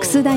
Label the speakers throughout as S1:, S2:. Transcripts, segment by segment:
S1: 楠田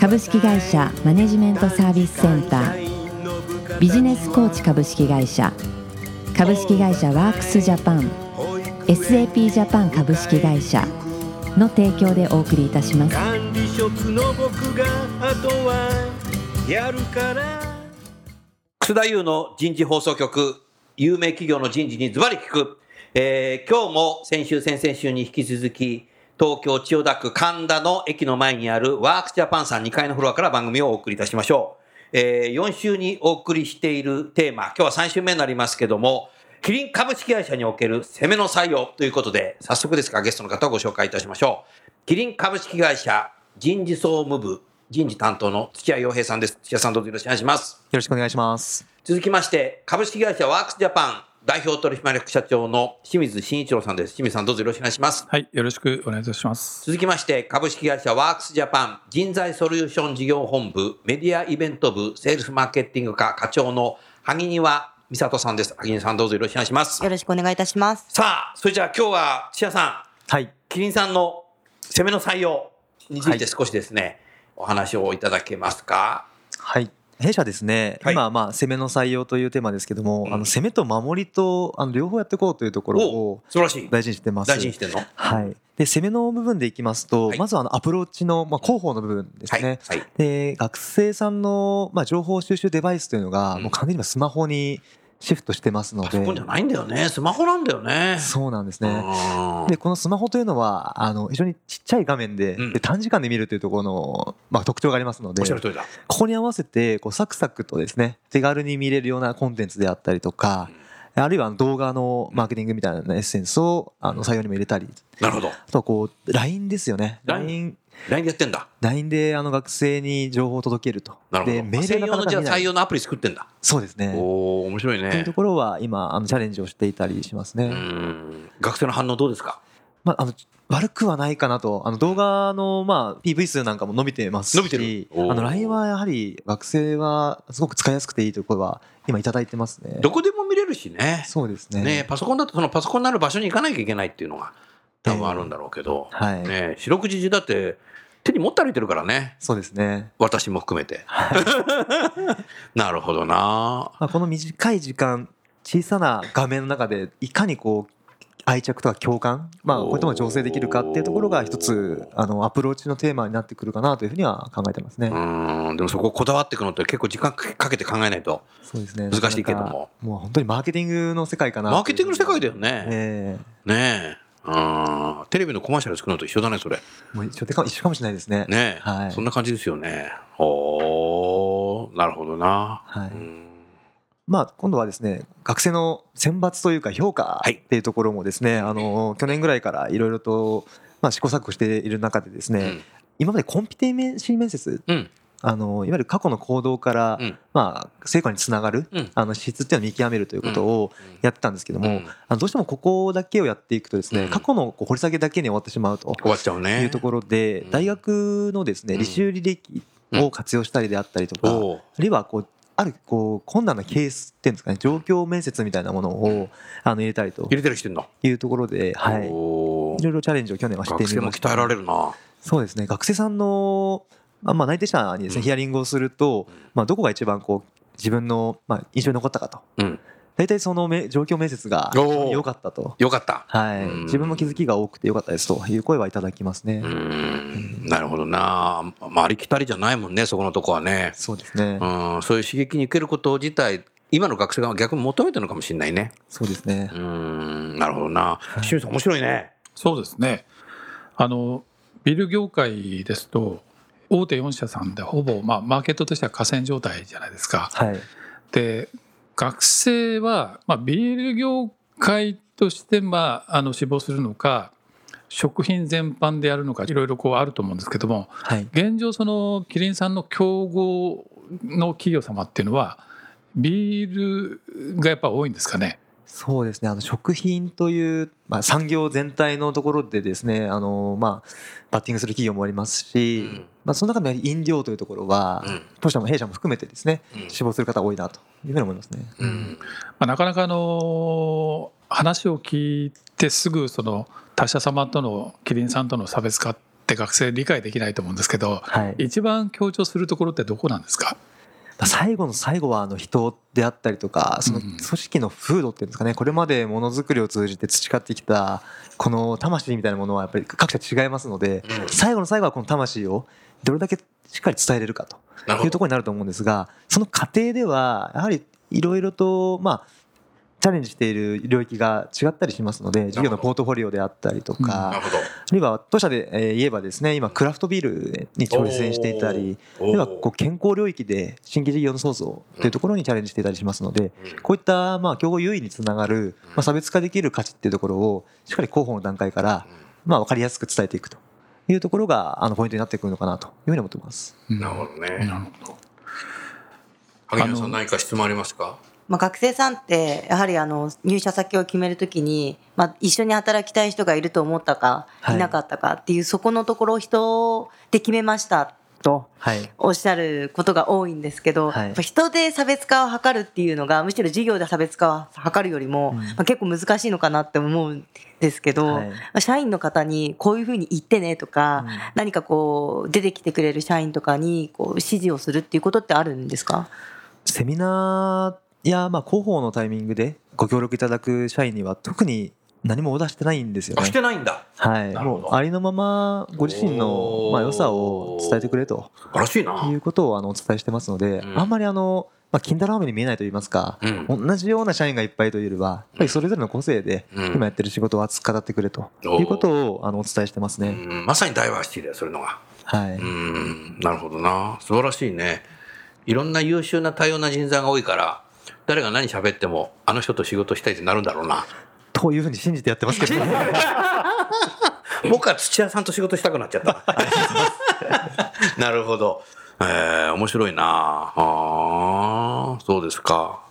S1: 株式会社マネジメントサービスセンタービジネスコーチ株式会社株式会社ワークスジャパン SAP ジャパン株式会社の提供でお送りいたします
S2: 管理職の僕があとはやるから
S3: 楠田優の人事放送局、有名企業の人事にズバリ聞く。えー今日も先週、先々週に引き続き、東京千代田区神田の駅の前にあるワークスジャパンさん2階のフロアから番組をお送りいたしましょう。え4週にお送りしているテーマ、今日は3週目になりますけども、キリン株式会社における攻めの採用ということで、早速ですがゲストの方をご紹介いたしましょう。キリン株式会社人事総務部人事担当の土屋洋平さんです。土屋さんどうぞよろしくお願いします。
S4: よろしくお願いします。
S3: 続きまして、株式会社ワークスジャパン代表取締役社長の清水慎一郎さんです。清水さんどうぞよろしくお願いします。
S5: はい、よろしくお願いいたします。
S3: 続きまして、株式会社ワークスジャパン人材ソリューション事業本部メディアイベント部セールスマーケティング課課長の萩庭美里さんです。萩庭さんどうぞよろしくお願いします
S6: よ。ろしくお願いいたします。
S3: さあ、それじゃあ今日は千谷さん、
S4: はい。
S3: キリンさんの攻めの採用について少しですね、お話をいただけますか。
S4: はい。弊社ですね、
S3: はい
S4: 今はまあ攻めの採用というテーマですけども、
S3: うん
S4: あの攻めと守りとあの両方やっていこうというところを
S3: 素晴らしい。
S4: 大事にしてます。
S3: 大事にしてんの
S4: はい。で攻めの部分でいきますと、
S3: はい
S4: まずはあのアプローチのまあ広報の部分です
S3: はい。は
S4: ね。
S3: い。
S4: で学生さんのまあ情報収集デバイスというのが、
S3: うん
S4: もう完全に今スマホにシフトしてますの
S3: パ
S4: で
S3: ソ、コンじゃないんだよね。スマホなんだよね。
S4: そうなんです
S3: う
S4: ね。
S3: ん
S4: でこのスマホというのはあの非常にちっちゃい画面で,、
S3: うん
S4: で短時間で見るというところの、まあ、特徴がありますので
S3: おっしゃる通りだ。
S4: ここに合わせてこうサクサクとですね手軽に見れるようなコンテンツであったりとかあるいはあの動画のマーケティングみたいなエッセンスをあの採用にも入れたり
S3: なるほど。
S4: あとはこう LINE ですよね
S3: LINE LINE
S4: LINE,
S3: でやってんだ。
S4: LINE であの学生に情報を届けると
S3: なるほど。
S4: でメール
S3: 専
S4: でな
S3: 用
S4: か
S3: の
S4: な
S3: じ
S4: か
S3: ゃあ
S4: 見な
S3: 採
S4: い
S3: 用のアプリ作ってんだ。
S4: そうですね
S3: おお面白い
S4: という
S3: ね
S4: と。ころは今あのチャレンジをしていたりしますね、
S3: うん。学生の反応どうですか
S4: まあ、あの悪くはないかなとあの動画の、まあ、PV 数なんかも伸びてますし
S3: 伸びてる
S4: あ
S3: おー
S4: の LINE はやはり学生はすごく使いやすくていいという声は今いただいてますね。
S3: どこでも見れるしね。
S4: そうですね
S3: ねパソコンだとそのパソコンのある場所に行かなきゃいけないっていうのが多分あるんだろうけど。
S4: はい、
S3: ね四六時中だって手に持って歩いてるからね。
S4: そうですね、
S3: 私も含めて。 なるほどな。
S4: まあ、この短い時間小さな画面の中でいかにこう愛着とか共感、まあ、
S3: おー
S4: こういったものを醸成できるかっていうところが一つあのアプローチのテーマになってくるかなというふうには考えてますね。
S3: うん。でもそここだわっていくのって結構時間かけて考えないと。
S4: そうですね
S3: 難しいけども
S4: なかなかもう本当にマーケティングの世界かなという
S3: マーケティングの世界だよね。
S4: え
S3: ねえ。うん。テレビのコマーシャル作るのと一緒だね、それ。
S4: えもう一緒でか一緒かもしれないですね。
S3: ねえ。
S4: はい
S3: そんな感じですよね。おーなるほどな。
S4: はい
S3: うん
S4: まあ、今度はですね学生の選抜というか評価
S3: はい
S4: っていうところもですね、あの去年ぐらいからいろいろと、まあ、試行錯誤している中でですね、
S3: うん
S4: 今までコンピテンシー面接
S3: うん。
S4: あのいわゆる過去の行動から、
S3: うん
S4: まあ、成果につながる、
S3: うん
S4: あの質っていうのを見極めるということをやってたんですけども、
S3: うん
S4: あのどうしてもここだけをやっていくとですね、
S3: うん
S4: 過去のこう掘り下げだけに終わってしまうと
S3: 終わっちゃうね。
S4: いうところで、
S3: うん
S4: 大学のですね
S3: うん
S4: 履修履歴を活用したりであったりとか、
S3: おー
S4: あるいはこうあるこう困難なケースっていうんですかね状況面接みたいなものをあの入れたりと
S3: 入れてる人いるの。
S4: いうところで、はい、い
S3: おー
S4: ろいろチャレンジを去年はして
S3: 学
S4: み
S3: 生
S4: ま
S3: も
S4: した
S3: 鍛えられるな。
S4: そうですね学生さんの、あまあ、内定者にです
S3: うん
S4: ねヒアリングをすると、まあ、どこが一番こう自分の、まあ、印象に残ったかと
S3: うん。
S4: 大体そのめ状況面接が
S3: おー
S4: 良かったと。
S3: よかった。
S4: はい
S3: うん、
S4: 自分も気づきが多くて良かったですという声はいただきますね。
S3: うん。なるほどな。まあ、ありきたりじゃないもんね、そこのとこはね。
S4: そうですね、
S3: うん。そういう刺激に受けること自体、今の学生が逆に求めてるのかもしれないね。
S4: そうですね
S3: う。ん。なるほどな。清水さん、面白いね。
S5: そうですね。あのビル業界ですと大手4社さんでほぼまあマーケットとしては下線状態じゃないですか。
S4: はい、
S5: で学生はまあビル業界としてまああの志望するのか食品全般でやるのかいろいろこうあると思うんですけども
S4: はい、
S5: 現状そのキリンさんの競合の企業様っていうのはビールがやっぱ多いんですかね
S4: そうですねあの食品という、まあ、産業全体のところでですねあの、まあ、バッティングする企業もありますし、
S3: うん
S4: まあ、その中でもやはり飲料というところは、
S3: うん
S4: 当社も弊社も含めてですね
S3: うん
S4: 死亡する方多いなというふうに思いますね。
S3: うん
S5: まあ、なかなかあの話を聞いてすぐその他社様とのキリンさんとの差別化って学生理解できないと思うんですけど
S4: はい
S5: 一番強調するところってどこなんですか
S4: まあ最後の最後はあの人であったりとかその
S5: うんうん
S4: 組織の風土っていうんですかねこれまでものづくりを通じて培ってきたこの魂みたいなものはやっぱり各社違いますので
S3: うん
S4: 最後の最後はこの魂をどれだけしっかり伝えれるかと
S3: なるほ
S4: い
S3: ど
S4: うところになると思うんですがその過程ではやはりいろいろとまあチャレンジしている領域が違ったりしますので事業のポートフォリオであったりと
S5: な
S4: か
S3: なるほど
S4: あるいは当社でえー言えばですね今クラフトビールに挑戦していたり
S3: おー
S4: ではこう健康領域で新規事業の創造というところにチャレンジしていたりしますので
S3: うん
S4: こういったまあ競合優位につながる
S3: うん
S4: まあ差別化できる価値っていうところをしっかり広報の段階からまあ分かりやすく伝えていくというところがあのポイントになってくるのかなというふうに思ってます。
S3: なるほど
S5: うん
S3: ね
S5: なるほど
S3: 萩野さ
S5: あの
S3: ん何か質問ありますか
S6: まあ、学生さんってやはりあの入社先を決めるときに、まあ、一緒に働きたい人がいると思ったか、
S4: はい
S6: い、なかったかっていうそこのところを人で決めましたと
S4: はい
S6: おっしゃることが多いんですけど、
S4: はい
S6: やっぱ人で差別化を図るっていうのがむしろ事業で差別化を図るよりも、
S4: うん
S6: まあ、結構難しいのかなって思うんですけど、
S4: はい
S6: まあ社員の方にこういうふうに言ってねとか、
S4: うん
S6: 何かこう出てきてくれる社員とかにこう指示をするっていうことってあるんですか
S4: セミナーやまあ広報のタイミングでご協力いただく社員には特に何もオーダーしてないんですよ
S3: あ
S4: ね
S3: し。てないんだ
S4: はい、
S3: なるほど
S4: もうありのままご自身の
S3: おー
S4: まあ良さを伝えてくれと
S3: 素晴らしいな
S4: いうことをあのお伝えしてますので、
S3: うん
S4: あんまりあの、まあ、金太郎飴に見えないと言いますか、
S3: うん
S4: 同じような社員がいっぱいというよりはやっぱりそれぞれの個性で
S3: うん
S4: 今やってる仕事を熱く語ってくれということをあのお伝えしてます
S3: う
S4: ね。
S3: んまさにダイバーシティだよそれのが、
S4: はいう
S3: んなるほどな素晴らしいねいろんな優秀な多様な人材が多いから誰が何喋ってもあの人と仕事したいってなるんだろうな
S4: というふうに信じてやってますけどね。
S3: 僕は土屋さんと仕事したくなっちゃった。 なるほど。えー、面白いなあーそうですか。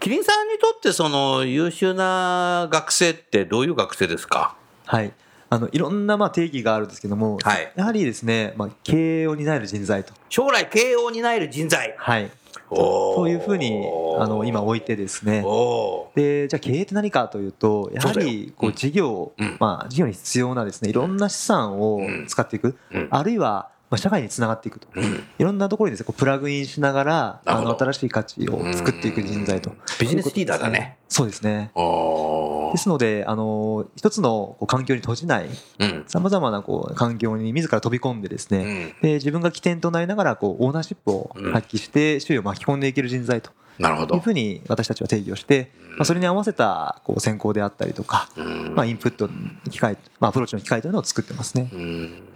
S3: キリンさんにとってその優秀な学生ってどういう学生ですか
S4: はい、あのいろんなまあ定義があるんですけども、
S3: はい
S4: やはりですね、まあ、経営を担える人材と、
S3: 将来経営を担える人材。
S4: はい、
S3: おー
S4: というふうにあの今置いてですね
S3: お
S4: でじゃあ経営って何かというとやは
S3: そうだよ
S4: りこ
S3: う
S4: うん事業、
S3: うん
S4: まあ、事業に必要なですねいろんな資産を
S3: うん
S4: 使っていく、
S3: ーうん
S4: あるいはまあ社会につながっていくと、
S3: うん
S4: いろんなところにですねこうプラグインしながら
S3: なる
S4: あ
S3: ほど
S4: の新しい価値を作っていく人材と
S3: うんビジネスリーダーだね。
S4: そうですね
S3: おー
S4: ですのであの一つのこう環境に閉じない
S3: うん
S4: さまざまなこう環境に自ら飛び込んでですね、
S3: うん
S4: で自分が起点となりながらこうオーナーシップを発揮して周囲を巻き込んでいける人材と
S3: なるほ
S4: いう
S3: ど
S4: ふ。うに私たちは定義をして、まあ、それに合わせたこう選考であったりとか、
S3: うん
S4: まあ、インプットの機会、まあ、アプローチの機会というのを作ってますね。
S3: うん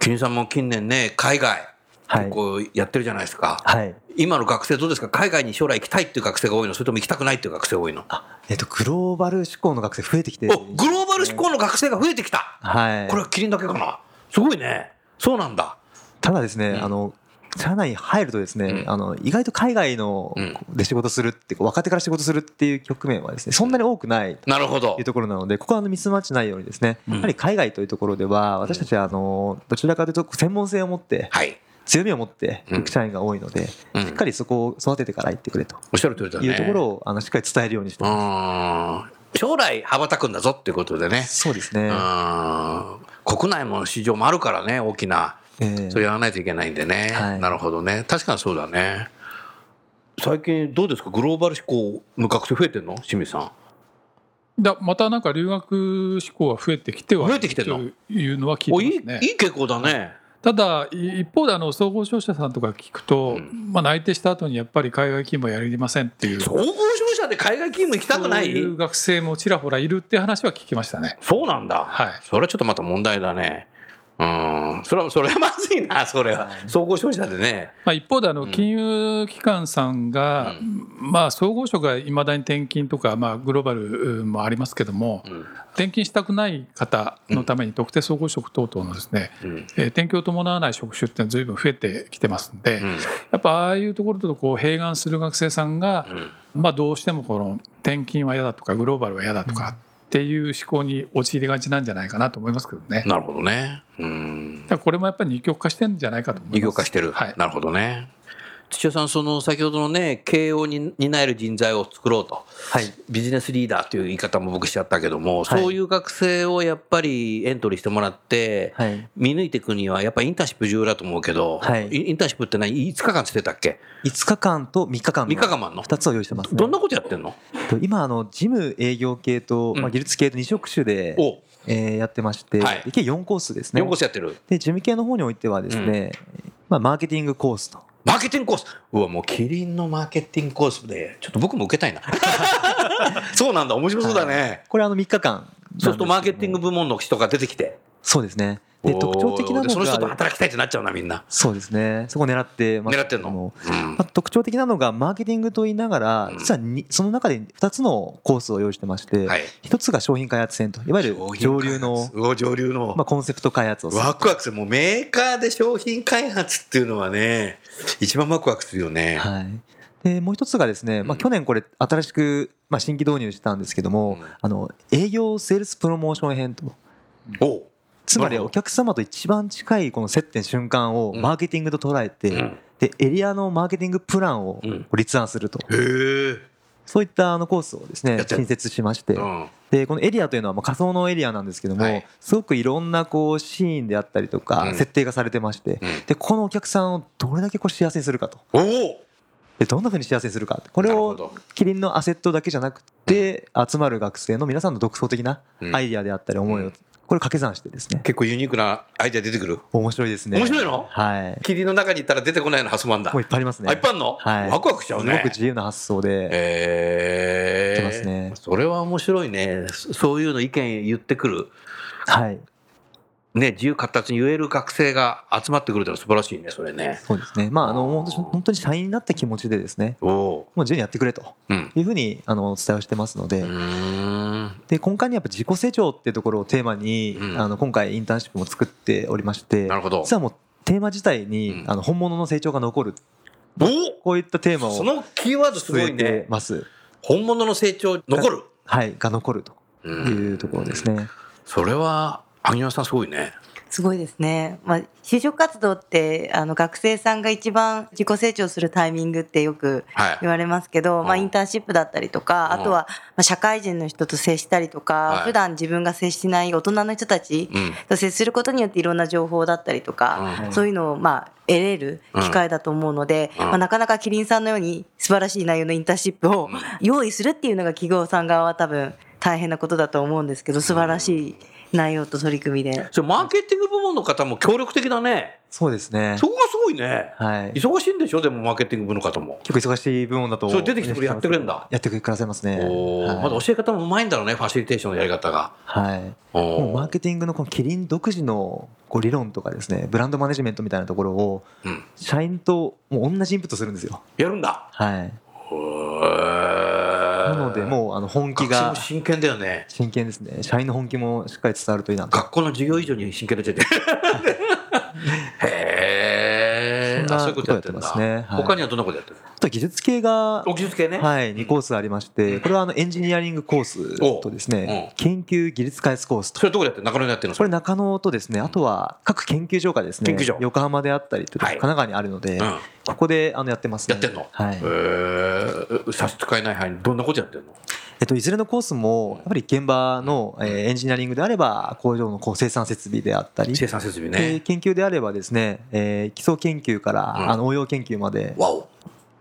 S3: キリンさんも近年ね海外
S4: はい
S3: 結構やってるじゃないですか、
S4: はい
S3: 今の学生どうですか海外に将来行きたいっていう学生が多いのそれとも行きたくないっていう学生が多いの
S4: あえっと、グローバル志向の学生増えてきて、
S3: おグローバル志向の学生が増えてきた
S4: はい、
S3: これはキリンだけかなすごいねそうなんだ
S4: ただですね、
S3: うん
S4: あの社内に入るとです
S3: う
S4: ね、
S3: ん
S4: あの意外と海外の
S3: うん
S4: で仕事するってこう若手から仕事するっていう局面はですねそんなに多くない
S3: なるほど
S4: いうところなので、ここはあのミスマッチないようにですね、
S3: うん
S4: やはり海外というところでは、私たちはあのどちらかというと専門性を持って、
S3: はい、
S4: 強みを持って
S3: うん
S4: いく社員が多いので、
S3: うん
S4: しっかりそこを育ててから行ってくれと
S3: おっしゃる通りだね
S4: いうところをあのしっかり伝えるようにして
S3: う、ーん将来羽ばたくんだぞっていうことでね
S4: そうですね
S3: う。ーん国内も市場もあるからね大きな
S4: ええ
S3: それやらないといけないんでね、
S4: はい
S3: なるほどね確かにそうだね最近どうですかグローバル志向の学生増えてんの清水さん
S5: だまたなんか留学志向が増えてきては
S3: 増えてきてんの
S5: というのは聞
S3: お
S5: い
S3: いい
S5: てます
S3: い
S5: ね
S3: い傾向だね
S5: ただい一方であの総合商社さんとか聞くと、
S3: うん
S5: まあ、内定した後にやっぱり海外勤務はやりませんっていう
S3: 総合商社で海外勤務行きたくない
S5: そういう学生もちらほらいるって話は聞きましたね
S3: そうなんだ、
S5: はい
S3: それはちょっとまた問題だねううん、それは、それはまずいな、それは。総合消費者でね。
S5: まあ、一方であの
S3: ん
S5: 金融機関さんが、
S3: う
S5: まあ、総合省がいまだに転勤とか、まあ、グローバルもありますけども、
S3: うん
S5: 転勤したくない方のために特定総合職等々のですね、
S3: うん
S5: えー転勤を伴わない職種ってのは随分増えてきてますんで、
S3: うん
S5: やっぱああいうところとこう併願する学生さんが、まあ、どうしてもこの転勤は嫌だとかグローバルは嫌だとかっていう思考に陥りがちなんじゃないかなと思いますけどね。
S3: なるほどね。うん
S5: だからこれもやっぱり二極化してんじゃないかと思います。
S3: 二極化してる、
S5: はい。
S3: なるほどね土屋さんその先ほどのね経営を担える人材を作ろうと
S4: はい
S3: ビジネスリーダーという言い方も僕しちゃったけども、
S4: はい
S3: そういう学生をやっぱりエントリーしてもらって、
S4: はい
S3: 見抜いていくにはやっぱりインターンシップ重要だと思うけど、
S4: はい
S3: インターンシップって何5日間つってたっけ
S4: 5日間と3日間
S3: 3日間もあんの
S4: 2つを用意してますね、
S3: どんなことやってんの
S4: と今あの事務営業系と、
S3: うん
S4: まあ、技術系と2職種で、
S3: お
S4: えーやってまして、
S3: はい
S4: 計4コースですね
S3: 4コースやってる
S4: で事務系の方においてはですね、まあ、マーケティングコースと
S3: マーケティングコースうわもうキリンのマーケティングコースでちょっと僕も受けたい なそうなんだ面白そうだね、
S4: これあの3日間なんですけど
S3: そ
S4: も
S3: うするとマーケティング部門の人が出てきて
S4: そうですねで
S3: おー
S4: 特徴的なの
S3: その人と
S4: が
S3: 働きたいってなっちゃうなみんな、
S4: そうですねそこ狙ってます
S3: 狙ってんの、うん
S4: まあ、特徴的なのがマーケティングと言いながら
S3: うん
S4: 実はにその中で2つのコースを用意してまして、
S3: はい
S4: 一1つが商品開発戦といわゆる上流の
S3: 商品開発、うわ上流の、
S4: まあ、コンセプト開発をする
S3: ワクワクするもうメーカーで商品開発っていうのはね一番ワクワクするよね、
S4: はい、でもう一つがですね、ま
S3: う
S4: あ、
S3: ん
S4: 去年これ新しく、まあ、新規導入したんですけども、
S3: うん
S4: あの営業セールスプロモーション編と
S3: おう
S4: つま
S3: な
S4: り
S3: るほど
S4: お客様と一番近いこの接点瞬間を
S3: うん
S4: マーケティングと捉えて、
S3: うん
S4: でエリアのマーケティングプランを
S3: うん
S4: 立案すると、
S3: へえ
S4: そういったあのコースをです
S3: や
S4: ね
S3: ってる
S4: 新設しまして、
S3: うん
S4: でこのエリアというのはまあ仮想のエリアなんですけども、
S3: はい
S4: すごくいろんなこうシーンであったりとか、
S3: うん
S4: 設定がされてまして、
S3: うん
S4: でこのお客さんをどれだけこう幸せにするかと
S3: おお
S4: でどんなふうに幸せにするかこれ
S3: なる
S4: を
S3: ほど
S4: キリンのアセットだけじゃなくて集まる学生の皆さんの独創的な
S3: うん
S4: アイデアであったり思いをこれ掛け算してですね
S3: 結構ユニークなアイデア出てくる
S4: 面白いですね
S3: 面白いの
S4: はい
S3: 霧の中にいたら出てこないのはすまんだ
S4: もういっぱいありますね
S3: あいっぱいあんの、
S4: はい
S3: ワクワクしちゃうね
S4: すごく自由な発想で
S3: え
S4: やってますね
S3: それは面白いねそそういうの意見言ってくる
S4: はい
S3: ね、自由形に言える学生が集まってくるってのは素晴らしいね、それね。
S4: そうですねまああの
S3: あー
S4: 本当に本当に社員になった気持ちでですね
S3: おお
S4: もう自由にやってくれと
S3: う。うん。
S4: いうふうにあのお伝えをしてますの
S3: う
S4: で
S3: ーん。
S4: で根幹にやっぱ自己成長っていうところをテーマに
S3: うん
S4: あの今回インターンシップも作っておりまして
S3: なるほど。
S4: 実はもうテーマ自体に
S3: うん
S4: あの本物の成長が残る
S3: お
S4: こういったテーマ
S3: おそ
S4: を
S3: のキーワードすご
S4: 据え
S3: い
S4: て
S3: ね。
S4: ます。
S3: 本物の成長、残る。
S4: はい、が残るというところですね。
S3: それは、アニワさんすごいね。
S6: すごいですね。まあ、就職活動って、あの、学生さんが一番自己成長するタイミングってよく
S3: はい。
S6: 言われますけど、まあ、
S3: うん
S6: インターンシップだったりとか、
S3: うん
S6: あとは、まあ、社会人の人と接したりとか、
S3: はい
S6: 普段自分が接しない大人の人たち
S3: うん。
S6: と接することによっていろんな情報だったりとか、
S3: うん
S6: そういうのを、まあ、得れる機会だと思うので、
S3: うん
S6: まあ、なかなかキリンさんのように素晴らしい内容のインターンシップを用意するっていうのが企業さん側は多分大変なことだと思うんですけど、素晴らしい内容と取り組みで。
S3: それ、マーケティング部門の方も協力的だね。
S4: そうですね
S3: そ。こがすごいね。
S4: はい。結
S3: 忙しいんでしょでも、マーケティング部の方も。
S4: 構忙しい部門だと。
S3: それ出てきてくれやってくれんだ
S4: やってくださいますね。
S3: おお、
S4: はい
S3: まだ教え方もうまいんだろうね、ファシリテーションのやり方が。
S4: はい。
S3: お
S4: もうマーケティングのこのキリン独自のこう理論とかですね、ブランドマネジメントみたいなところを
S3: うん
S4: 社員ともう同じインプットするんですよ。
S3: やるんだ。
S4: はい。
S3: へー
S4: なのでもうあの本気
S3: 学生
S4: が
S3: も真剣だよね。
S4: 真剣ですね。社員の本気もしっかり伝わるといいなと。
S3: 学校の授業以上に真剣にやっちゃって。へえ。
S4: そん
S3: あ
S4: な
S3: そういうことやってんだ。
S4: ことやってますねはい
S3: 他にはどんなことやってるの？
S4: あと技術系が
S3: お技術系ね。
S4: はい、2コースありまして、これはあのエンジニアリングコースとですね、研究技術開発コースと
S3: そ。れどこでやってるの？中野でやってるの？
S4: これ中野とですね、あとは各研究所がですね
S3: 研究所、
S4: 横浜であったりとか、
S3: はい
S4: 神奈川にあるので、
S3: うん。
S4: ここであのやってますね。
S3: やってんの？
S4: は
S3: へ
S4: い。
S3: え。差し支えない範囲にどんなことやってるの？
S4: えっと、いずれのコースも、やっぱり現場のえーエンジニアリングであれば、工場のこう生産設備であったり、
S3: 生産設備
S4: で
S3: ね。
S4: 研究であればですね、えー基礎研究か
S3: うん
S4: らあの応用研究まで、
S3: わお。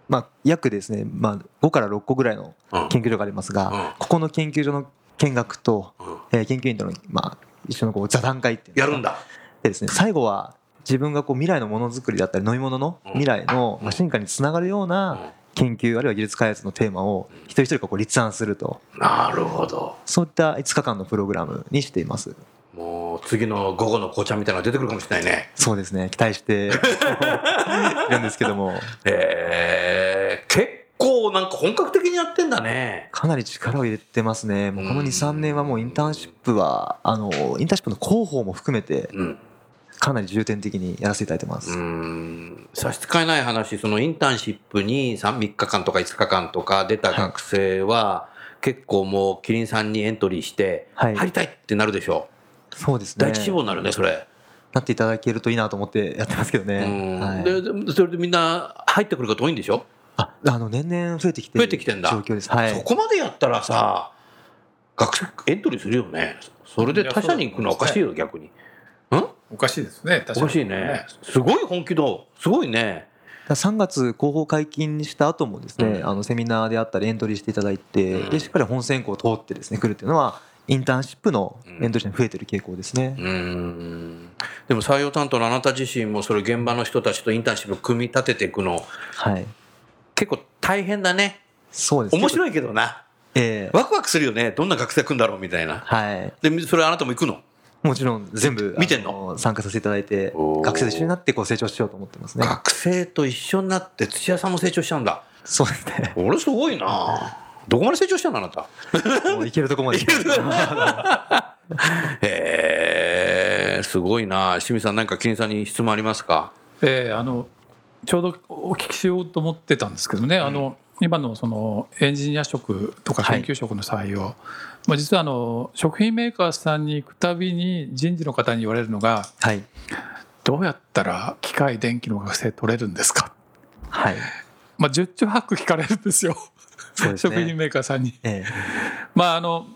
S4: まあ、約ですね、まあ、5から6個ぐらいの
S3: うん
S4: 研究所があります
S3: うん
S4: が、ここの研究所の見学と、
S3: うん
S4: えー研究員との、まあ、一緒のこう座談会っていうの
S3: やるんだ。
S4: でですね最後は自分がこう未来のものづくりだったり飲み物の
S3: うん
S4: 未来のまあ進化につながるような研究あるいは技術開発のテーマを一人一人がこう立案すると
S3: なるほど。
S4: そういった5日間のプログラムにしています
S3: もう次の午後の紅茶みたいなのが出てくるかもしれないね。
S4: そうですね期待して いるんですけども
S3: えー、結構なんか本格的にやってんだね。
S4: かなり力を入れてますねもうこの
S3: うん
S4: 23年はもうインターンシップはあのインターンシップの広報も含めて
S3: うん。
S4: かなり重点的にやらせていただいてます、
S3: うん差し支えない話、そのインターンシップに 3, 3日間とか5日間とか出た学生は、結構もうキリンさんにエントリーして、
S4: はい
S3: 入りたいってなるでしょ。
S4: そうですね
S3: 第一志望になるね、それ。
S4: なっていただけるといいなと思ってやってますけど
S3: う
S4: ね
S3: ん、
S4: はい
S3: ででそれでみんな入ってくる方多いんでしょ、
S4: ああの年々増えてきてる
S3: 増えてきてんだ
S4: 状況ですはい
S3: そこまでやったらさ学生エントリーするよねそれで他社に行くのはおかしいよ逆に
S5: おかしいですね。確
S3: お
S5: かに
S3: かしいね。すごい本気度すごいね
S4: だから3月広報解禁にした後もですね、
S3: うん
S4: あのセミナーであったりエントリーしていただいて、
S3: うん
S4: でしっかり本選考を通ってですね来るっていうのはインターンシップのエントリー者に増えてる傾向ですね、
S3: うんでも採用担当のあなた自身もそれ現場の人たちとインターンシップ組み立てていくの
S4: はい
S3: 結構大変だね
S4: そうです
S3: 面
S4: い
S3: 白いけどな
S4: ええ
S3: ワクワクするよねどんな学生来るんだろうみたいな
S4: はい
S3: でそれあなたも行くの
S4: もちろん全部
S3: 見てんの
S4: あ参加させていただいて
S3: おー
S4: 学生と一緒になってこう成長しようと思ってますね
S3: 学生と一緒になって土屋さんも成長しちゃうんだ
S4: そうですね
S3: 俺すごいなどこまで成長したのあなた
S4: もういけるとこまで
S3: へえすごいな清水さん何か金さんに質問ありますか
S5: えーあのちょうどお聞きしようと思ってたんですけどね、あの今のそのエンジニア職とか
S4: はい
S5: 研究職の採用、まあ、実はあの食品メーカーさんに行くたびに人事の方に言われるのが
S4: はい
S5: どうやったら機械電気の学生取れるんですか、
S4: はい
S5: まあ、十中八九聞かれるんですよ
S4: そうです
S5: 食品
S4: ね
S5: メーカーさんに。
S4: ええ
S5: まああの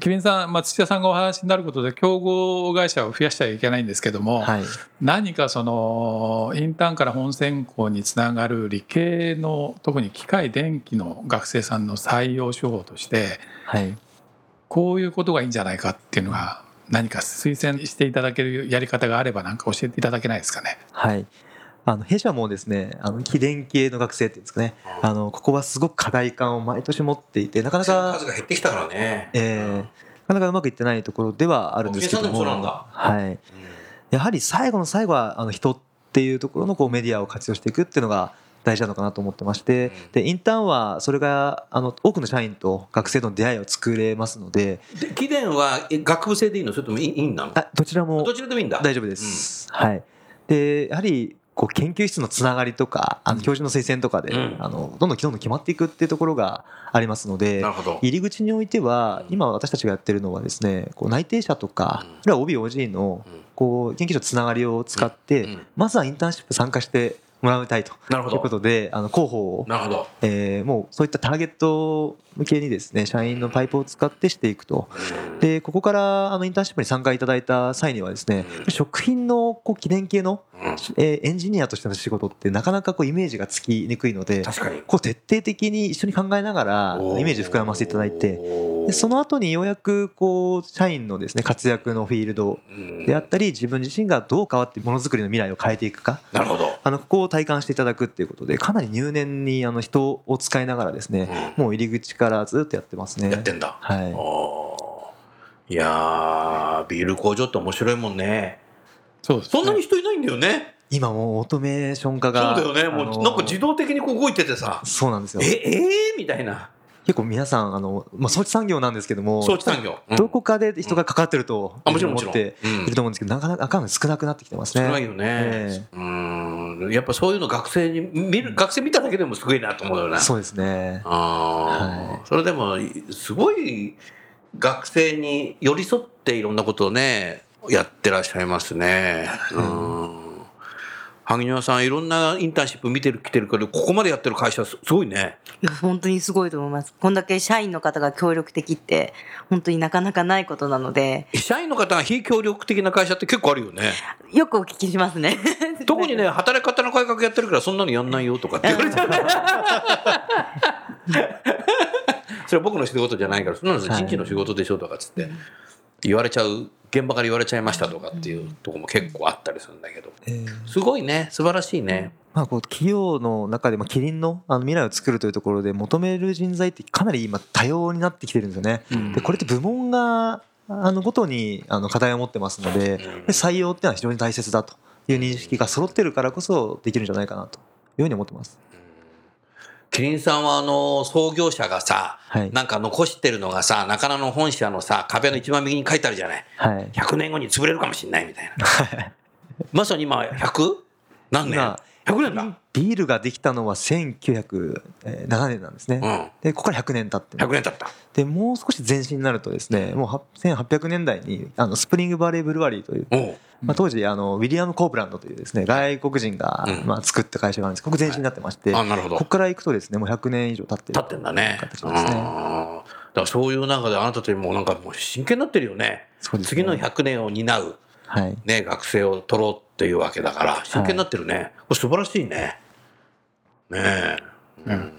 S5: キリンさん、まあ、土屋さんがお話になることで競合会社を増やしちゃいけないんですけども、
S4: はい
S5: 何かそのインターンから本選考につながる理系の特に機械電気の学生さんの採用手法として
S4: はい
S5: こういうことがいいんじゃないかっていうのが何か推薦していただけるやり方があれば何か教えていただけないですかね。
S4: はい。あの弊社もですね、あの貴電系の学生っていうんですかね、あのここはすごく課題感を毎年持っていて、なかな
S3: が
S4: か、
S3: 減ってきたからね
S4: えーなかなかうまくいってないところではあるんですけど
S3: お客さんでもそうなんだ
S4: はい。やはり最後の最後はあの人っていうところのこうメディアを活用していくっていうのが大事なのかなと思ってまして、でインターンはそれがあの多くの社員と学生との出会いを作れますので、
S3: で貴殿はえ学部生でいいのそれとも院院なの
S4: あどちらも
S3: どちらでもいいんだ
S4: 大丈夫です、はいでやはりこう研究室のつながりとかあの教授の推薦とかで、
S3: うん
S4: あのどんどんどんどん決まっていくっていうところがありますので
S3: なるほど
S4: 入り口においては今私たちがやってるのはですねこう内定者とか
S3: うん
S4: あるいは OBOG の
S3: うん
S4: こう研究所のつながりを使って
S3: うん
S4: まずはインターンシップ参加してもらいたいと
S3: なるほ
S4: いうこ
S3: ど
S4: とであの広報を
S3: なるほど
S4: えーもうそういったターゲット向けにですね社員のパイプを使ってしていくとでここからあのインターンシップに参加いただいた際にはですね食品のこう記念系の、
S3: うん
S4: えーエンジニアとしての仕事ってなかなかこうイメージがつきにくいので
S3: 確かに
S4: こう徹底的に一緒に考えながら
S3: おー
S4: イメージ膨らませていただいて
S3: おー
S4: でその後にようやくこう社員のですね活躍のフィールド
S3: うん
S4: であったり自分自身がどう変わってものづくりの未来を変えていくか
S3: なるほど
S4: あのここを体感していただくっていうことでかなり入念にあの人を使いながらですね、もう入り口からずっとやってますね。
S3: やってんだ
S4: はい、
S3: おーいやービール工場って面白いもんね
S5: そうですね
S3: そんなに人いないんだよね
S4: 今もうオートメーション化
S3: そう
S4: が
S3: だよねもう、
S4: あの
S3: なんか自動的にこう動いててさ
S4: そうなんですよ
S3: ええー、みたいな
S4: 結構皆さんあの、まあ、装置産業なんですけども
S3: 装置産業、うん
S4: どこかで人がかかってると
S3: あもちろんもち
S4: 思
S3: ろ
S4: っ
S3: ん、
S4: て
S3: うん
S4: いると思うんですけどなかなかかん少なくなってきてます
S3: 少
S4: ね。
S3: ないよね、
S4: え
S3: うーんやっぱそういうの学生に見る学生見ただけでもすごいなと思うよな
S4: そうですね
S3: あー、
S4: はい
S3: それでもすごい学生に寄り添っていろんなことをねやってらっしゃいますねうん萩沼さんいろんなインターンシップ見てる来てるけどここまでやってる会社すすごいね
S6: いや本当にすごいと思いますこんだけ社員の方が協力的って本当になかなかないことなので
S3: 社員の方が非協力的な会社って結構あるよね
S6: よくお聞きしますね
S3: 特にね働き方の改革やってるからそんなのやんないよとかって言われち ゃうそれは僕の仕事じゃないからそんなの人
S4: はい
S3: 事の仕事でしょとかっつって言われちゃう現場から言われちゃいましたとかっていうとこも結構あったりするんだけど
S4: えー
S3: すごいね素晴らしいね
S4: まあ、こう企業の中でもキリンのあの未来を作るというところで求める人材ってかなり今多様になってきてるんですよね。でこれって部門があのごとにあの課題を持ってますのでで採用っていうのは非常に大切だという認識が揃ってるからこそできるんじゃないかなというふうに思ってます。
S3: キリンさんはあの創業者がさ、
S4: はい
S3: なんか残してるのがさ中野の本社のさ壁の一番右に書いてあるじゃない
S4: はい、
S3: 100年後に潰れるかもしれないみたいなまさに今 100? 何年
S4: 今
S3: ?100 年だ、
S4: ビールができたのは1907年なんですね。
S3: う
S4: でここから100年経って
S3: ん、100年経った
S4: でもう少し前進になるとですねもうは1800年代にあのスプリングバレーブルワリーという、
S3: おう
S4: まあ、当時あのウィリアム・コーブランドというですね外国人が
S3: うん
S4: まあ作った会社があるんですここ前進になってまして、
S3: あなるほど
S4: ここから行くとですねもう100年以上経ってる
S3: 経ってんだね
S4: 形
S3: う
S4: なんん
S3: だ
S4: ですね
S3: からそういう中であなたたちもなんかもう真剣になってるよね
S4: そうです
S3: 次
S4: ね
S3: の100年を担う、
S4: はい
S3: ね、学生を取ろうっていうわけだから真剣になってるね、これ素晴らしいねねえ、うん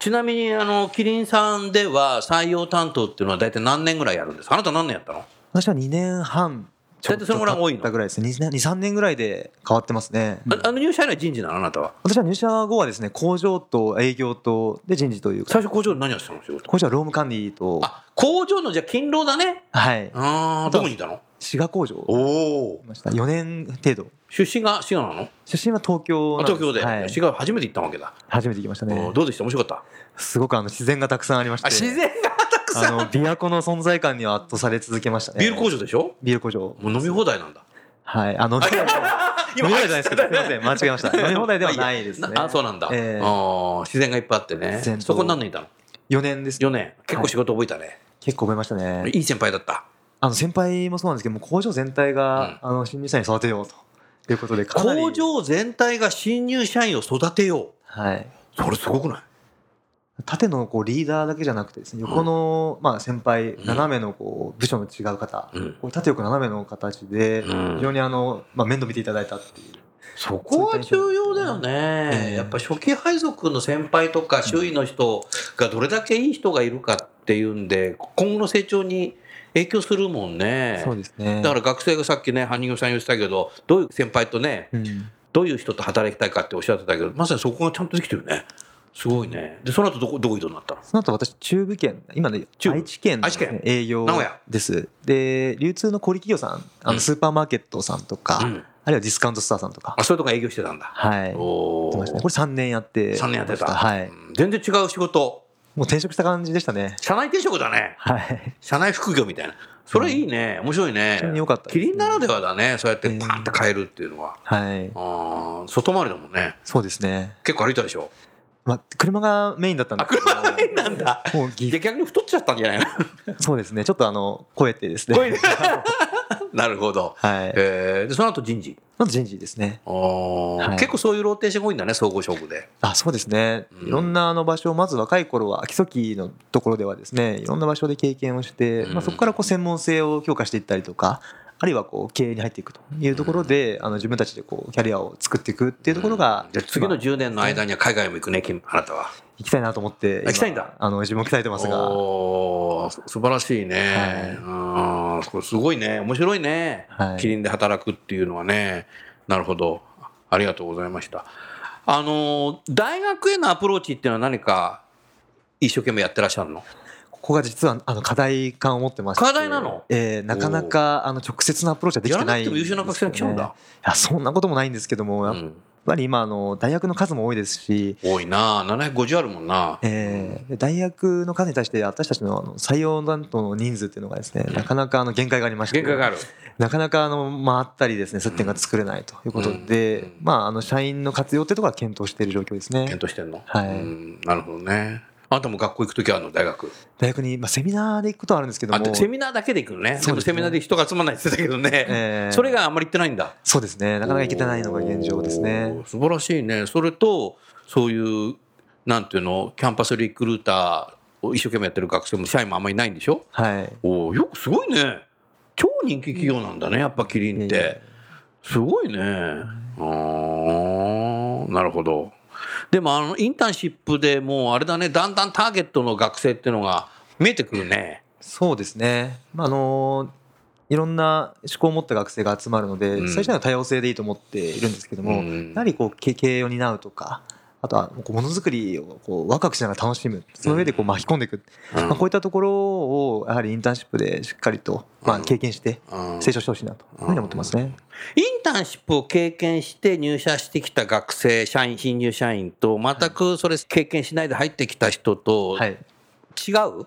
S3: ちなみにあのキリンさんでは採用担当っていうのは大体何年ぐらいやるんですかあなた何年やったの
S4: 私は2年半ちょ
S3: 大
S4: っ
S3: 体
S4: と
S3: そのぐらい多い
S4: 経
S3: の
S4: ったぐらいですね23年ぐらいで変わってますね、
S3: ああの入社以来人事なのあなたは
S4: 私は入社後はですね工場と営業とで人事というか
S3: 最初工場で何やってたの仕事
S4: 工場は労務管理と
S3: あ工場のじゃあ勤労だね
S4: はい
S3: ああどこにいたの
S4: 滋賀工場を
S3: おお
S4: やってました4年程度
S3: 出身が滋賀なの
S4: 出身は東京
S3: あ
S4: なんす
S3: 東京で、
S4: はい
S3: 滋賀初めて行ったわけだ、
S4: 初めて行きました
S3: う
S4: ね
S3: んどうでした面白かっ
S4: すごくあの自然がたくさんありまし
S3: た
S4: て
S3: あ自然がたく
S4: あ
S3: さん
S4: の琵琶湖の存在感には圧倒され続けましたね
S3: ビール工
S4: 場
S3: 場でしょ
S4: ビール工場
S3: もう飲み放題なんだ
S4: はいあの飲み放 題飲み放題じゃないで すけどすみません間違えました飲み放題ではないですね
S3: あそうなんだ、
S4: ええ
S3: あー自然がいっぱいあってね
S4: 自然と
S3: そこに何年いたの
S4: 4年です
S3: 4年結構仕事覚えたね、
S4: 結構覚えましたね
S3: い、い先輩だった
S4: あの先輩もそうなんですけどもう工場全体が、あの新入社員育てようということでかなり
S3: 工場全体が新入社員を育てよう
S4: はい
S3: それすごくない
S4: 縦のこうリーダーだけじゃなくてですね横の、まあ、先輩斜めのこう部署の違う方、
S3: うん
S4: こう縦横斜めの形で
S3: うん
S4: 非常にあの、まあ、面倒見ていただいたっていう
S3: そこは重要だよね、
S4: ええ
S3: やっぱ初期配属の先輩とか周囲の人がどれだけいい人がいるかっていうんで今後の成長に影響するもんね
S4: そうですね
S3: だから学生がさっきね羽生さん言ってたけどどういう先輩とね
S4: うん、
S3: どういう人と働きたいかっておっしゃってたけどまさにそこがちゃんとできてるねすごいねでその後どこどこ移動になったの
S4: その後私中部圏今ね
S3: 中部
S4: 愛知県の
S3: 愛知県
S4: 営業
S3: 名古屋
S4: ですで流通の小売企業さんあ
S3: うん
S4: のスーパーマーケットさんとか、
S3: うん
S4: あるいはディスカウントストアさんとか、
S3: あそういうとこ営業してたんだ
S4: はいや
S3: お
S4: って
S3: お
S4: ましたねこれ3年やって
S3: 3年やってた、
S4: はい
S3: うん全然違う仕事
S4: もう転職した感じでしたね
S3: 社内転職だね
S4: はい
S3: 社内副業みたいなそれいいね面白いね
S4: 非常に良かったです
S3: キ
S4: ね
S3: リンならではだねそうやってパンって変えるっていうのは、
S4: はい
S3: あー外回りだもんね
S4: そうですね
S3: 結構歩いたでしょ
S4: まあ車がメインだったんで
S3: あ
S4: すけど
S3: 車がメインなんだ
S4: もうぎ
S3: で逆に太っちゃったんじゃないの
S4: そうですねちょっとあの超えてですね
S3: 超えてなるほど、
S4: はい
S3: えーでその後人事
S4: まず人事ですね
S3: あー
S4: はい
S3: 結構そういうローテーションが多いんだね総合職で
S4: あそうですね
S3: うん
S4: いろんなあの場所をまず若い頃は基礎期のところではですねいろんな場所で経験をして、
S3: うん
S4: まあ、そこからこう専門性を強化していったりとかあるいはこう経営に入っていくというところで、あの自分たちでこうキャリアを作っていくっていうところが、
S3: で次の
S4: まあ
S3: 10年の間には海外も行くね君あなたは
S4: 行きたいなと思って
S3: あ行きたいんだ
S4: 今あの自分も鍛えてますが、
S3: おーす素晴らしいね、うんこれすごいね面白いね、
S4: はい
S3: キリンで働くっていうのはねなるほどありがとうございましたあのー大学へのアプローチっていうのは何か一生懸命やってらっしゃるの
S4: ここが実はあの課題感を持ってまして
S3: 課題なの
S4: えーなかなかあの直接のアプローチはできてない
S3: やらなくても優秀な学生が来ちゃうんだ
S4: いやそんなこともないんですけどもやっ
S3: うん
S4: ぱり今あの大学の数も多いですし、
S3: 多いな750あるもんな、
S4: えーで大学の数に対して私たちのあの採用担当の人数っていうのがですねなかなかあの限界がありまして
S3: 限界がある
S4: なかなかあの回ったりですね接点が作れないということで、
S3: うん
S4: まああの社員の活用っていうところは検討している状況ですね
S3: 検討してんの、
S4: はい
S3: うんなるほどねあなたも学校行く時あるの大学
S4: 大学に、まあ、セミナーで行くことはあるんですけど
S3: あ
S4: も
S3: でセミナーだけで行くのね
S4: そう
S3: でも
S4: ですね
S3: セミナーで人が集まらないって言ってたけどね、
S4: えー
S3: それがあんまり行ってないんだ
S4: そうですねなかなか行けてないのが現状です
S3: お
S4: ね
S3: ー素晴らしいねそれとそういうなんていうのキャンパスリクルーターを一生懸命やってる学生も社員もあんまりいないんでしょ
S4: はい
S3: おーよくすごいね超人気企業なんだねやっぱキリンっ
S4: いえい
S3: て
S4: え
S3: すごいねあーなるほどでもあのインターンシップでもうあれだねだんだんターゲットの学生っていうのが見えてくるね
S4: そうですね、まああのいろんな思考を持った学生が集まるので、
S3: うん
S4: 最初には多様性でいいと思っているんですけども、
S3: うん
S4: やはりこう経経営を担うとかあとはこうものづくりをこうワクワクしながら楽しむその上でこう巻き込んでいく、
S3: うん
S4: まあ、こういったところをやはりインターンシップでしっかりと、まあ、経験して
S3: うん
S4: 成長してほしいなというふうに思ってますね。
S3: インターンシップを経験して入社してきた学生、社員、新入社員と、全くそれ経験しないで入ってきた人と、
S4: はい
S3: 違う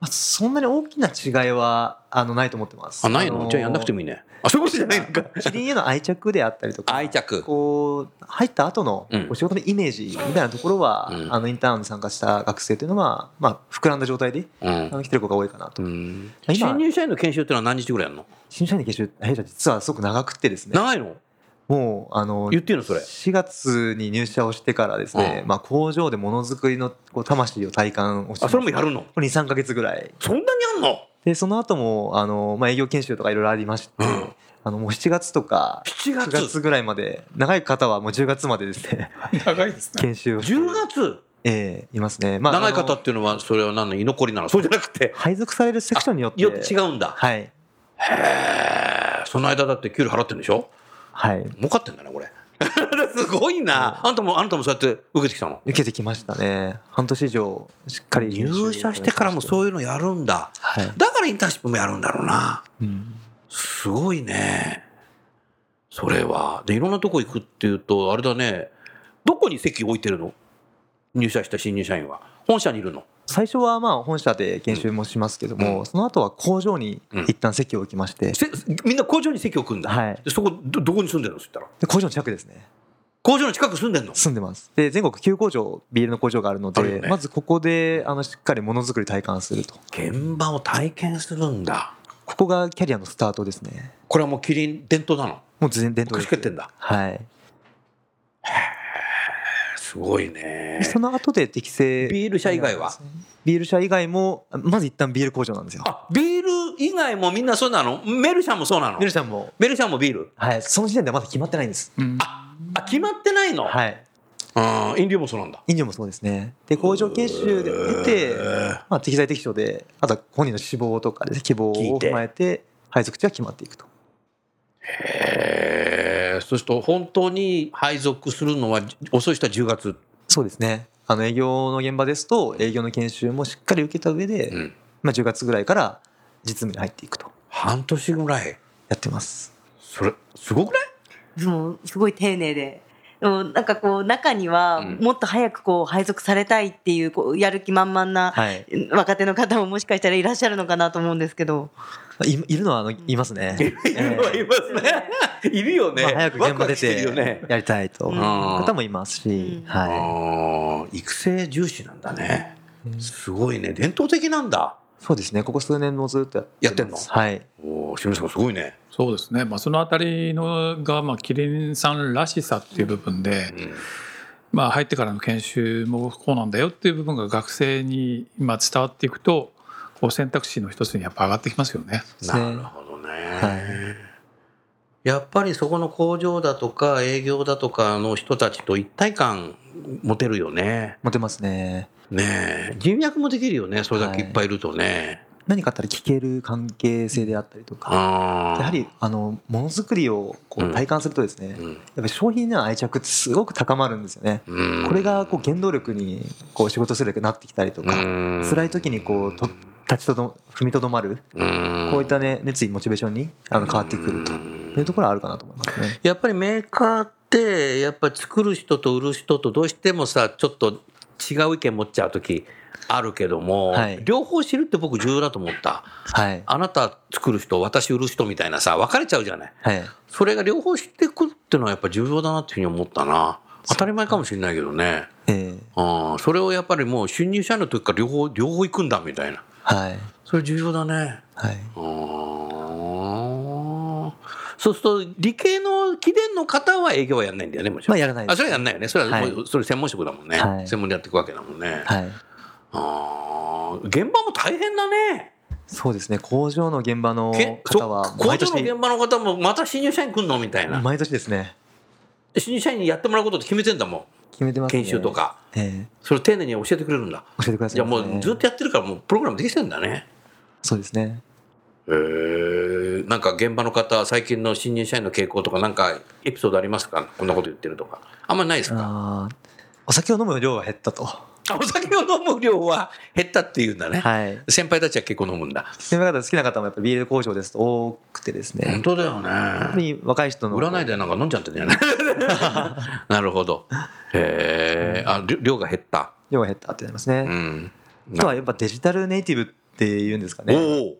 S4: まあ、そんなに大きな違いはあのないと思ってます。
S3: あ、ないのじゃあやんなくて もいいね。あ、そういうことじゃないのか。
S4: キリンへの愛着であったりとか
S3: 愛着。
S4: こう入った後の
S3: うん
S4: お仕事のイメージみたいなところは、
S3: うん
S4: あのインターンに参加した学生というのは、まあ、膨らんだ状態で
S3: うん
S4: あの来てる子が多いかなと、
S3: うん
S4: 今
S3: 新入社員の研修ってのは何日ぐらいやるの
S4: 新入社員の研修弊社実はすごく長くてですね
S3: 長いの
S4: もうあの
S3: 言っていいのそれ。
S4: 4月に入社をしてからですね、
S3: う
S4: まあ、工場でものづくりのこう魂を体感をして
S3: あ、それもやるの
S4: 23か月ぐらい
S3: そんなにあんの
S4: でその後もあのまあ、営業研修とかいろいろありまして、
S3: うん
S4: あのもう7月とか
S3: ?7
S4: 9
S3: 月
S4: 月。ぐらいまで長い方はもう10月までですね
S5: 長いですね。
S4: 研修を
S3: 10月
S4: ええいますね、ま
S3: 長い
S4: あ
S3: 方
S4: の
S3: っていうのは、それは何の居残りなのそうじゃなくて。
S4: 配属されるセクションによって
S3: よって違うんだ。
S4: はい
S3: へえ。その間だって給料払ってるんでしょ
S4: はい
S3: 儲かってんだね、これ。 すごいな。あんたも、あんたもそうやって受けてきたの
S4: 受けてきましたね半年以上しっかり
S3: 入社してからも
S4: う
S3: そういうのやるんだ。
S4: はい、
S3: だからインターンシップもやるんだろうな。
S4: うん
S3: すごいね。それは。で、いろんなとこ行くっていうと、あれだね。どこに席置いてるの入社した新入社員は。本社にいるの。
S4: 最初はまあ本社で研修もしますけども、その後は工場に一旦席を置きまして、
S3: せみんな工場に席を置くんだ。
S4: はい
S3: でそこど、どこに住んでるのって言ったら。
S4: で工場の近くですね
S3: 工場の近く住んでんの。
S4: 住んでますで全国9工場ビールの工場があるので
S3: あるよね
S4: まずここであのしっかりものづくり体感すると
S3: 現場を体験するんだ。
S4: ここがキャリアのスタートですね
S3: これはもうキリン伝統なの。
S4: もう全伝統
S3: 貸
S4: で
S3: し
S4: す
S3: 切ってんだ。
S4: はい
S3: すごいね
S4: で。その後で適正
S3: ビール社以外は
S4: ビール社以外もまず一旦ビール工場なんですよ
S3: あ、ビール以外もみんなそうなのメルシャンもそうなの
S4: ビール社も
S3: メルシャンもビール
S4: はいその時点ではまだ決まってないんです
S5: うん
S3: あ、決まってないの
S4: はい
S3: うん、飲料もそうなんだ。
S4: 飲料もそうですねで工場研修で出て、まあ、適材適所であとは本人の志望とかですね希望を
S3: 聞いて
S4: 踏まえて配属地は決まっていくと
S3: へえ、そうすると本当に配属するのは遅い人は10月。
S4: そうですねあの営業の現場ですと営業の研修もしっかり受けた上で、
S3: うん
S4: まあ、10月ぐらいから実務に入っていくと
S3: 半年ぐらい。
S4: やってます
S3: それ、すごくない
S6: もうすごい丁寧で。でもなんかこう中には
S3: うん
S6: もっと早くこう配属されたいっていうこうやる気満々な
S4: はい
S6: 若手の方ももしかしたらいらっしゃるのかなと思うんですけど
S4: いいるのはあのいますねい
S3: いるのはいますね。いるよね。
S4: まあ、早く現
S3: ワク
S4: 場
S3: ワ
S4: 出
S3: クしてるよ
S4: て
S3: ね。
S4: やりたいと
S6: うん
S4: 方もいますし、
S6: うん
S4: はい、
S3: あー育成重視なんだね。すごいね。伝統的なんだ。
S4: そうですねここ数年もずっと
S3: やってん
S4: ま
S3: の
S4: すはい
S3: おお、清水さんすごいね。
S5: そうですね、まあ、そのあたりのが、まあ、キリンさんらしさっていう部分で、まあ、入ってからの研修もこうなんだよっていう部分が学生に今伝わっていくとこう選択肢の一つにやっぱ上がってきますよね。
S4: ですね
S3: なるほどね。
S4: は
S3: やっぱりそこの工場だとか営業だとかの人たちと一体感持てるよね。
S4: 持てますね
S3: ねえ人脈もできるよねそれだけいっぱいいるとね。
S4: 何かあったら聞ける関係性であったりとか、
S3: ああ
S4: やはりあのものづくりをこ
S3: うん
S4: う体感するとですね、やっ
S3: うん
S4: ぱり商品への愛着ってすごく高まるんですよね、
S3: うん
S4: これがこう原動力にこう仕事するようになってきたりとか、
S3: うん
S4: 辛い時にこうと立ちとど踏みとどまる、
S3: うん
S4: こういったね熱意モチベーションにあの変わってくるというところはあるかなと思いますね。
S3: やっぱりメーカーってやっぱ作る人と売る人とどうしてもさちょっと違う意見持っちゃう時あるけども、
S4: はい
S3: 両方知るって僕重要だと思った
S4: はい、
S3: あなた作る人私売る人みたいなさ分かれちゃうじゃない
S4: はい
S3: それが両方知ってくっていうのはやっぱ重要だなっていうふうに思ったな当たり前かもしれないけどね
S4: えー
S3: あーそれをやっぱりもう新入社員の時から両方両方行くんだみたいな
S4: はい
S3: それ重要だね
S4: はい、
S3: あーそうすると理系の貴殿の方は営業はやんないんだよねもちろん、
S4: まあやらない
S3: あ、それはやんないよねそれはもう、
S4: は
S3: それ専門職だもんね、
S4: はい
S3: 専門でやっていくわけだもんね、
S4: はい、
S3: あー現場も大変だね
S4: そうですね工場の現場の
S3: け
S4: 方は
S3: そ工
S4: 毎
S3: 場の
S4: 年
S3: 現場の方もまた新入社員来んのみたいな、
S4: 毎年ですね
S3: 新入社員にやってもらうことって決めてんだも
S4: 決めてま
S3: ん
S4: すね
S3: 研修とか
S4: え
S3: それを丁寧に教えてくれるんだ
S4: え教えてください
S3: じゃあもうずっとやってるからもうプログラムできてんだね
S4: そうですね
S3: へえなんか現場の方最近の新入社員の傾向とかなんかエピソードありますかこんなこと言ってるとかあんまりないですか
S4: あーお酒を飲む量が減ったと。
S3: あお酒を飲む量は減ったっていうんだね、
S4: はい。
S3: 先輩たちは結構飲むんだ
S4: 先輩方好きな方もやっぱりビール工場ですと多くてですね。
S3: 本当だよ
S4: 本当
S3: ね
S4: に若い人の。
S3: 占いでなんか飲んじゃってんだよ ねなるほどへえありょ量が減った
S4: 量が減ったってなります
S3: う
S4: ね。
S3: ん
S4: あとはやっぱデジタルネイティブっていうんですか
S3: お
S4: ね。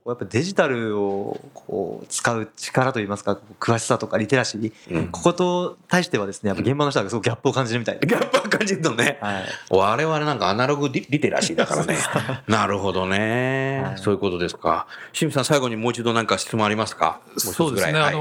S3: お
S4: やっぱデジタルをこう使う力といいますか、こう詳しさとかリテラシー、
S3: うん
S4: ここと対してはですね、やっぱ現場の人はすごくギャップを感じるみたいで。
S3: ギャップは感じるのね
S4: はい。
S3: 我々なんかアナログリリテラシーだからねなるほどね、
S4: はい
S3: そういうことですか清水さん最後にもう一度何か質問ありますかも一つ
S5: そうですね、
S3: ぐらい
S5: あ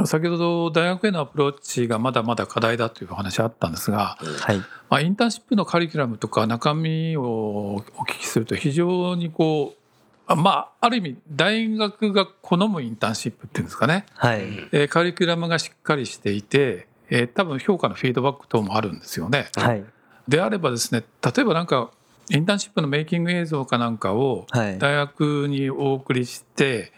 S5: の先ほど大学へのアプローチがまだまだ課題だというお話あったんですが、
S4: はい。
S5: まあ、インターンシップのカリキュラムとか中身をお聞きすると非常にこうあまあある意味大学が好むインターンシップっていうんですかね、
S4: は
S3: はい
S4: い。
S5: えーカリキュラムがしっかりしていて、えー多分評価のフィードバック等もあるんですよね。
S4: はい。
S5: であればですね例えばなんかインターンシップのメイキング映像かなんかを
S4: はい。
S5: 大学にお送りして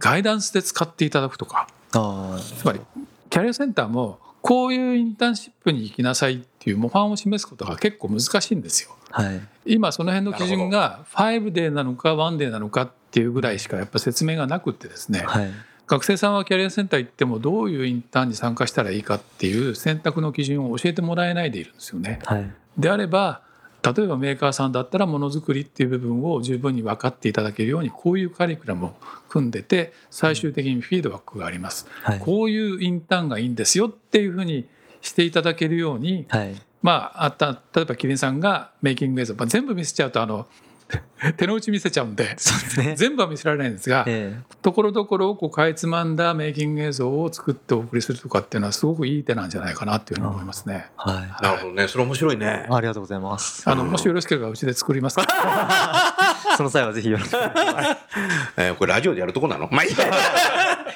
S5: ガイダンスで使っていただくとか
S4: あ
S5: つまりキャリアセンターもこういうインターンシップに行きなさいっていう模範を示すことが結構難しいんですよ。
S4: あ。はい。
S5: 今その辺の基準
S3: な
S5: が5デーなのか1デーなのかっていうぐらいしかやっぱ説明がなくってですね
S4: はい。
S5: 学生さんはキャリアセンター行ってもどういうインターンに参加したらいいかっていう選択の基準を教えてもらえないでいるんですよね。
S4: はい。
S5: であれば例えばメーカーさんだったらものづくりっていう部分を十分に分かっていただけるようにこういうカリキュラムを組んでて最終的にフィードバックがあります、
S4: はい。
S5: こういうインターンがいいんですよっていうふうにしていただけるように、
S4: はい。
S5: まあ、あった例えばキリンさんがメイキング映像、まあ、全部見せちゃうとあの 手の内見せちゃうんで
S4: そうで すね。
S5: 全部は見せられないんですが
S4: ええ
S5: ところどころをこうかいつまんだメイキング映像を作ってお送りするとかっていうのはすごくいい手なんじゃないかなっていうふうに思いますね。
S4: はい。
S3: なるほどねそれ面白いね
S4: ありがとうござい ます。
S5: あのもしよろしければうちで作りますから
S4: その際はぜひよろしく。
S3: えーこれラジオでやるとこなのまあいい や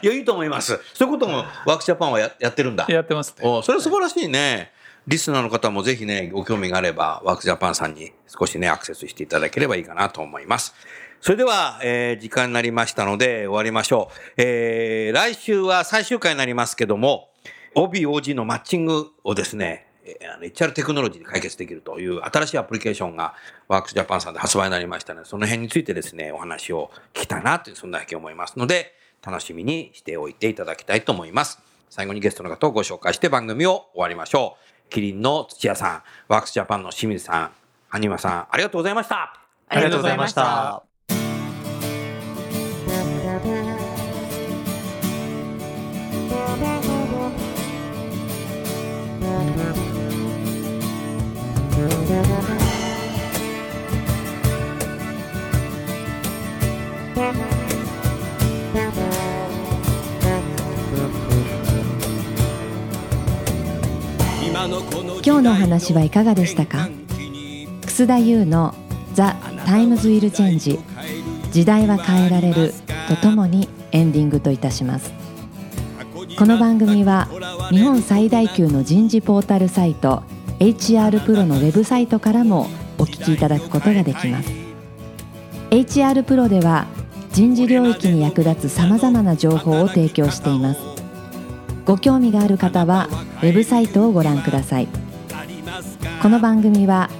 S3: いやいいと思いますそういうこともワークジャパンはややってるんだ
S5: やってますね。
S3: おそれ素晴らしいねリスナーの方もぜひねご興味があればワークジャパンさんに少しねアクセスしていただければいいかなと思いますそれでは、えー時間になりましたので終わりましょう、えー来週は最終回になりますけども OBOG のマッチングをですねえーあの HR テクノロジーで解決できるという新しいアプリケーションがワークスジャパンさんで発売になりましたので、その辺についてですね、お話を聞きたいなという、そんなわけ思いますので、楽しみにしておいていただきたいと思います。最後にゲストの方をご紹介して番組を終わりましょう。キリンの土屋さん、ワークスジャパンの清水さん、ハニマさん、ありがとうございました。
S6: ありがとうございました。
S2: 今のこの
S1: 今日のお話はいかがでしたか楠田優の「ザ・タイムズ・ウィル・チェンジ」「時代は変えられる」とともにエンディングといたしますこの番組は日本最大級の人事ポータルサイト HR プロのウェブサイトからもお聞きいただくことができます HR プロでは人事領域に役立つさまざまな情報を提供していますご興味がある方はウェブサイトをご覧くださいこの番組は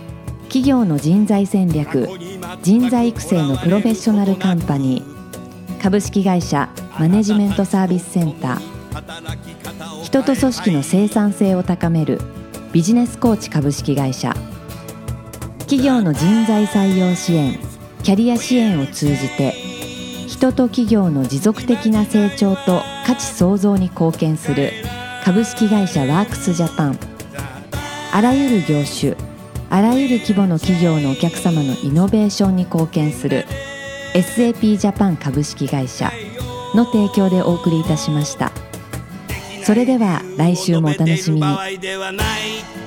S1: 企業の人材戦略人材育成のプロフェッショナルカンパニー株式会社マネジメントサービスセンター人と組織の生産性を高めるビジネスコーチ株式会社企業の人材採用支援キャリア支援を通じて人と企業の持続的な成長と価値創造に貢献する株式会社ワークスジャパンあらゆる業種あらゆる規模の企業のお客様のイノベーションに貢献する SAP ジャパン株式会社の提供でお送りいたしましたそれでは来週もお楽しみに
S2: いではない